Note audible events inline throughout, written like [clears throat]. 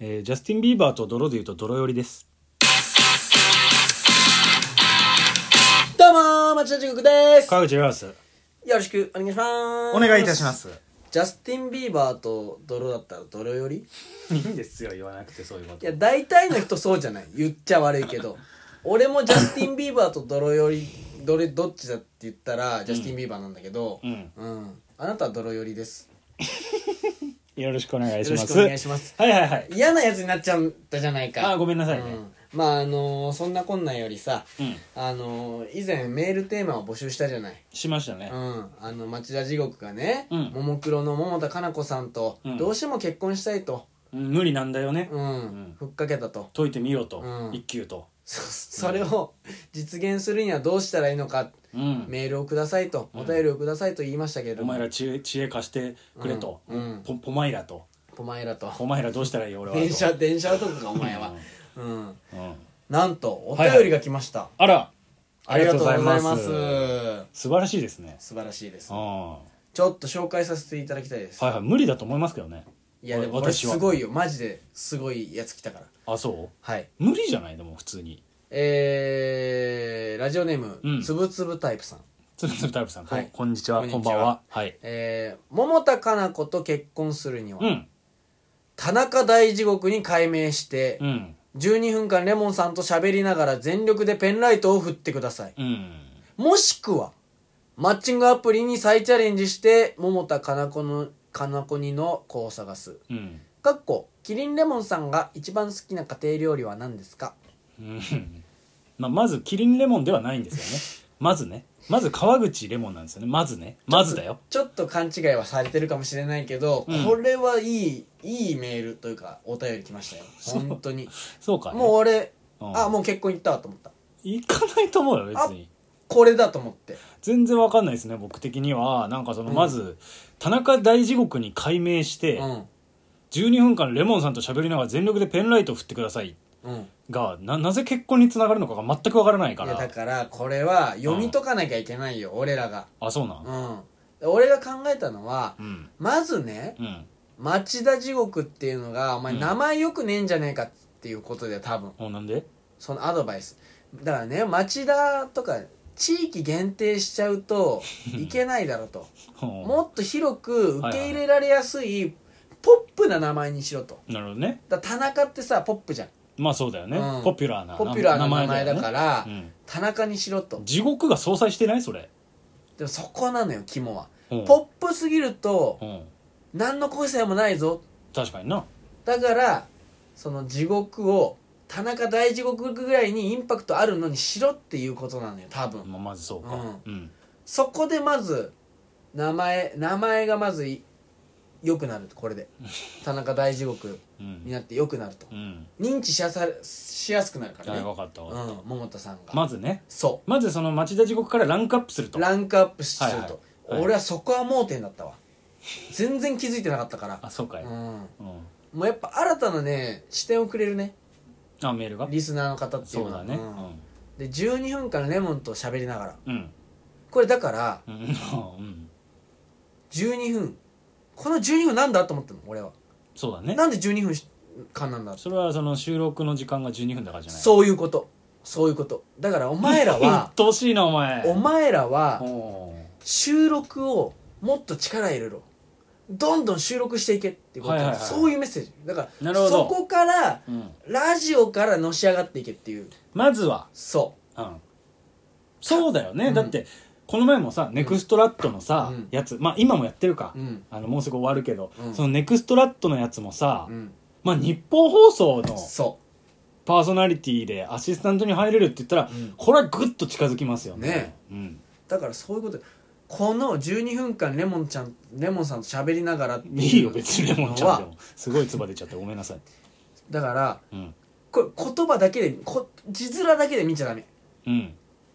えージャスティン・ビーバーと泥でいうと泥寄りですどうもー、町田地獄です。よ川口ラースろしくお願いします。お願いいたしま。すジャスティン・ビーバーと泥だったら泥よりいいんですよ言わなくてそういうこいや、大体の人そうじゃない。言っちゃ悪いけど。俺もジャスティン・ビーバーと泥より、どれ、どっちだって言ったら、ジャスティン・ビーバーなんだけど、うんうんあなたは泥よりです。よろしくお願いしよまろしすくお願いしますはいはいはい嫌なやつになっちゃったじゃないか。あーごめんなさいねうんまあ、あのーそんなこんなんよりさ、うんあのー以前メールテーマを募集したじゃない。しましたねうん、あの町田地獄がね、うんももクロの桃田加奈子さんとうんどうしても結婚したいと、うん無理なんだよねうんんふっかけたと解いてみようとうん一級とそそれを実現するにはどうしたらいいのか、うんメールをくださいとお便りをくださいと言いましたけれどおも、前ら知恵知恵貸してくれとうんうんポポマイラとお前らとお前らどうしたらいい俺はと電車電車男かお前は、うん、うんなんとおはいは便いりが来ました、あらありがとうございます素晴らしいですね素晴らしいですうんはちょっと紹介させていただきたいです、いはい無理だと思いますけどねい、やでもこれ私すはごいよマジですごいやつ来たからあそうはい無理じゃないでも普通にえー、ラジオネーム、うんつぶつぶタイプさん、つぶつぶタイプさん、こんはいこんにちはこんにちこんはばんははいえー、桃田加奈子と結婚するには、うん田中大地獄に改名して、うん12分間レモンさんと喋りながら全力でペンライトを振ってくださいうんもしくはマッチングアプリに再チャレンジして桃田加奈子の加奈子にの子を探すうんかっこキリンレモンさんが一番好きな家庭料理は何ですかうんまあ、まずキリンレモンではないんですよね [laughs] まずねまず川口レモンなんですよねまずねまずだよちょっと勘違いはされてるかもしれないけど、うんこれはいいいいメールというかお便り来ましたよ本当にそうかねもう俺、うんあもう結婚行ったわと思った行かないと思うよ別にこれだと思って全然わかんないですね僕的にはなんかそのまず、田中大地獄に改名して、うん12分間レモンさんと喋りながら全力でペンライトを振ってくださいうんがななぜ結婚につながるのかが全くわからないかいやだらからこれは読み解かなきゃいけないよ、俺らがあそうなんうん俺が考えたのはうんまずねうん町田地獄っていうのがお前うん名前よくねえんじゃねえかっていうことで多分おなんでそのアドバイスだからね町田とか地域限定しちゃうと [laughs] いけないだろうとももっと広く受け入れられやすいポップな名前にしろとなるほどねだから田中ってさポップじゃんまあそうだよね、うんポピュラーなポピュラーな名前だよねからうん田中にしろと地獄が相殺してないそれ、でもそこなのよ肝はうんポップすぎるとうん、何の個性もないぞ確かになだからその地獄を田中大地獄ぐらいにインパクトあるのにしろっていうことなのよ多分まあまずそうかううんそこでまず名前名前がまずい良くなるとこれで田中大地獄うんになって良くなるとうん認知しやさしやすくなるからあね分かったわかっうん、桃田さんが、たまずねそまずその町田地獄からランクアップするとうランクアップするはいはいと、はい俺はそこは盲点だったわ全然気づいてなかったから、あそうかい、ううんんもうやっぱ新たなね視点をくれるねあメールがリスナーの方っていうそうのはだねんで12分間レモンと喋りながらうんうんこれだからうんうん [laughs] 12分この12分なんだと思ったの俺はそうだねなんで12分間なんだそれはその収録の時間が12分だからじゃないそういうことそういうことだからお前 [laughs] らうっはとうしいなお前お前らはおー収録をもっと力入れろどんどん収録していけっていうこと、はいはいはいそういうメッセージだかならるほどそこからうん、ラジオからのし上がっていけっていうまずはそうん、そうだよね、うんだってこの前もさ、ネクストラットのさ、うんやつまあ今もやってるか、ううんあのもうすぐ終わるけど、うんそのネクストラットのやつもさ、うんまあ日本放送のそパーソナリティでアシスタントに入れるって言ったら、うんこれはグッと近づきますよねねうん、うだからそういうことこの12分間レモンちゃんレモンさんと喋りながらっていいいうよ別にレモンちゃんでもすごい唾出ちゃってごめんなさい、だからうんこれ言葉だけでこ字面だけで見ちゃダメうん、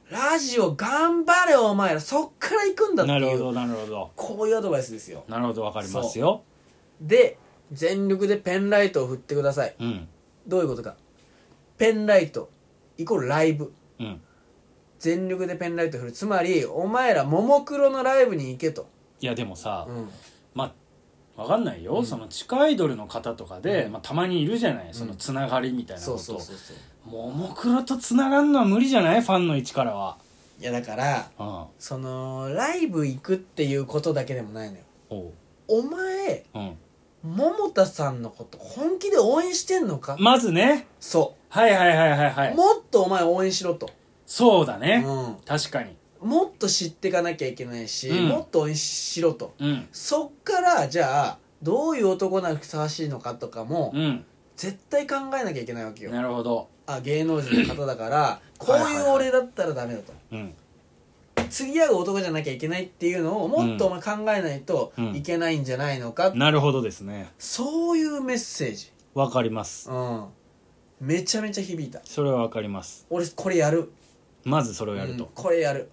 ラジオ頑張れお前らそっから行くんだってなるいほうどなるほどこういうアドバイスですよなるほどわかりますよで全力でペンライトを振ってくださいうんどういうことかペンライトイコールライブうん全力でペンライト振るつまりお前らももクロのライブに行けといやでもさ、うんまあわかんないよ、うんその地下アイドルの方とかで、まあ、たまにいるじゃないそのつながりみたいなこそと、うそうそうそうももクロとつながるのは無理じゃないファンの位置からは、いやだからうん、そのライブ行くっていうことだけでもないのよおうお前うん、桃田さんのこと本気で応援してんのか、まずねそはいはいはいはいはういもっとお前応援しろと、そうだうね、ん、確かにもっと知ってかなきゃいけないし、うんもっと応援しろとうんそっからじゃあどういう男ならふさわしいのかとかも、うん絶対考えなきゃいけないわけよなるほどあ芸能人の方だからこうはいはいいう俺だったらダメだとうん次ぎ合う男じゃなきゃいけないっていうのをもっとお前考えないとうんいけないんじゃないのか、なるほどですねそういうメッセージわかりますうんめちゃめちゃ響いたそれはわかります俺これやるまずそれをやると、うんこれやる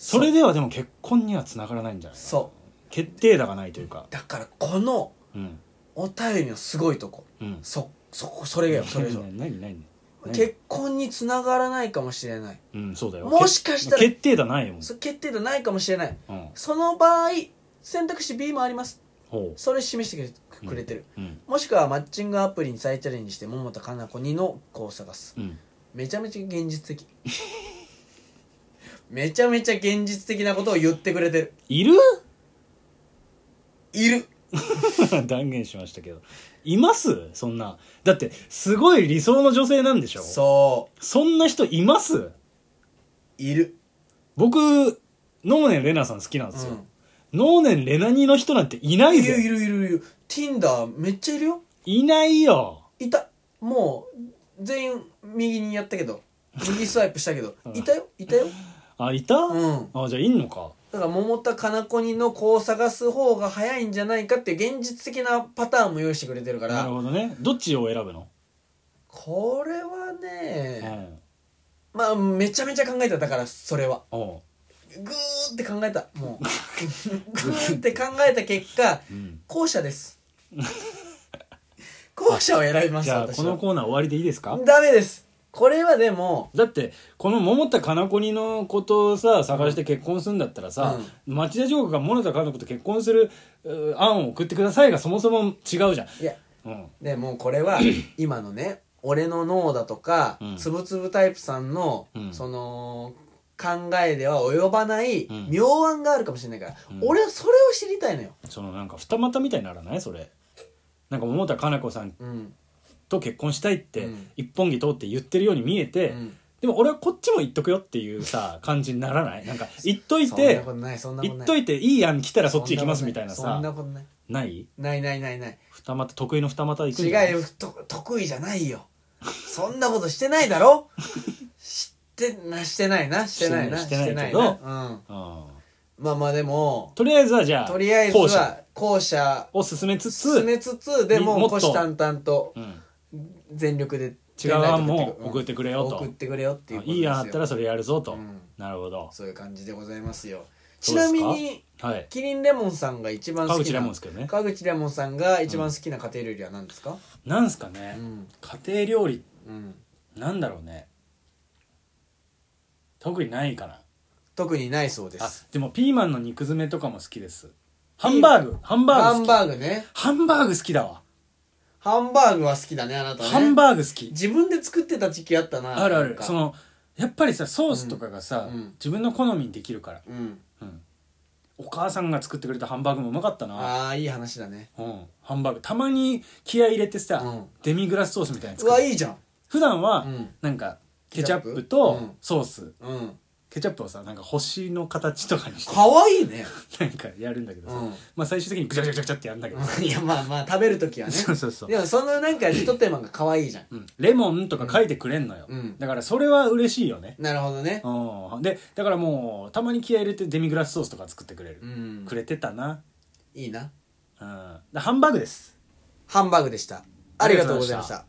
それではでも結婚にはつながらないんじゃないかなそ決定打がないというかうだからこのうんお便りのすごいとこうんそそこそれがよそれ以上何 [laughs] 何何何結婚につながらないかもしれないうんそうだよもしかしたら決決定打ないよもうそ決定度ないかもしれないうんその場合選択肢 B もありますほそれ示してくれくれてる、ううんもしくはマッチングアプリに再チャレンジして桃田かな子にの子を探すうんめちゃめちゃ現実的 [laughs] めちゃめちゃ現実的なことを言ってくれてるいる [laughs] いる断言しましたけどいますそんなだってすごい理想の女性なんでしょそそんな人いますういる僕ノーネンレナさん好きなんですよ、うんノーネンレナニの人なんていないいるいぜるいるいる Tinder めっちゃいるよいないよいたもう全員右にやったけど右スワイプしたけどうんいたよいたよあいた、うんあじゃあいんのかだから桃田かな子にの子を探す方が早いんじゃないかっていう現実的なパターンも用意してくれてるかなるらほどねどっちを選ぶの、これはうね、んまあめちゃめちゃ考えただからそれはおグーって考えた [laughs] もうグーって考えた結果ううん後者 [laughs] です後者を選びましじたゃあ私こはのコーナー終わりでいいですかダメですこれはでもだってこの桃田かな子にのことをさ探して結婚するんだったらさ、町田城子が桃田かな子と結婚するう案を送ってくださいがそもそも違うじゃん、いやうん、でもこ [clears throat] れは今のね俺の脳だとか、うんつぶつぶタイプさんの、うんその考えでは及ばないうん妙案があるかもしれないから、うん俺はそれを知りたいのよ、そのなんか二股みたいにならないそれなんか桃田かな子さんうんと結婚したいってうん一本木通って言ってるように見えて、うんでも俺はこっちも言っとくよっていう [laughs] さ感じにならないなんか言っといそんなてことないそんなこと言っないといていい案来たらそっち行きますみたいなそさんなことないないないないないない二股得意の二股行くんじゃない違うよと得意じゃないよそんなことしてないだろしてなしてないなしてないなしてないしてないけなどうんうんまあまあでもとりあえずはじゃあとりあえず後者は後者を進めつつ進めつつでももっと虎視眈々とうん全力で違う案も送ってくれよと送ってくれよっていうことですいよい案あったらそれやるぞと、うんなるほどそういう感じでございますよそちうですなかみにはいキリンレモンさんが一番好川口きなレモンですけどね川口レモンさんが一番好きな家庭料理は何ですかなんすかうね、ん家庭料理うんなんだろうね特にないかな特にないそうであすでもピーマンの肉詰めとかも好きですハンバーグハンバーハグン好きバーグねハンバーグ好きだわハンバーグは好きだねあなたねハンバーグ好き自分で作ってた時期あったなあるあなんるかそのやっぱりさソースとかがさ、うんうん自分の好みにできるから、うんうん、お母さんが作ってくれたハンバーグもうまかったなああいい話だねうん、ハンバーグたまに気合い入れてさ、うんデミグラスソースみたいなのう作わるいいじゃん普段は、うんなんかケケチチャャッッププとうんソース、うんケチャップをさなんか星の形とかにしてかわいいねなんかやるんだけどさ、うんまあ、最終的にぐちゃぐちゃぐちゃぐちゃってやるんだけど、 [laughs] いやまあまあ食べる時はねそうそうそう、でもそのなんか一手間が可愛いじゃんうん、レモンとか書いてくれんのよ、うんだからそれは嬉しいよね、なるほどねうん、でだからもうたまに気合い入れてデミグラスソースとか作ってくれる、うんくれてたな、いいなうん、でハンバーグですハンバーグでしたありがとうございました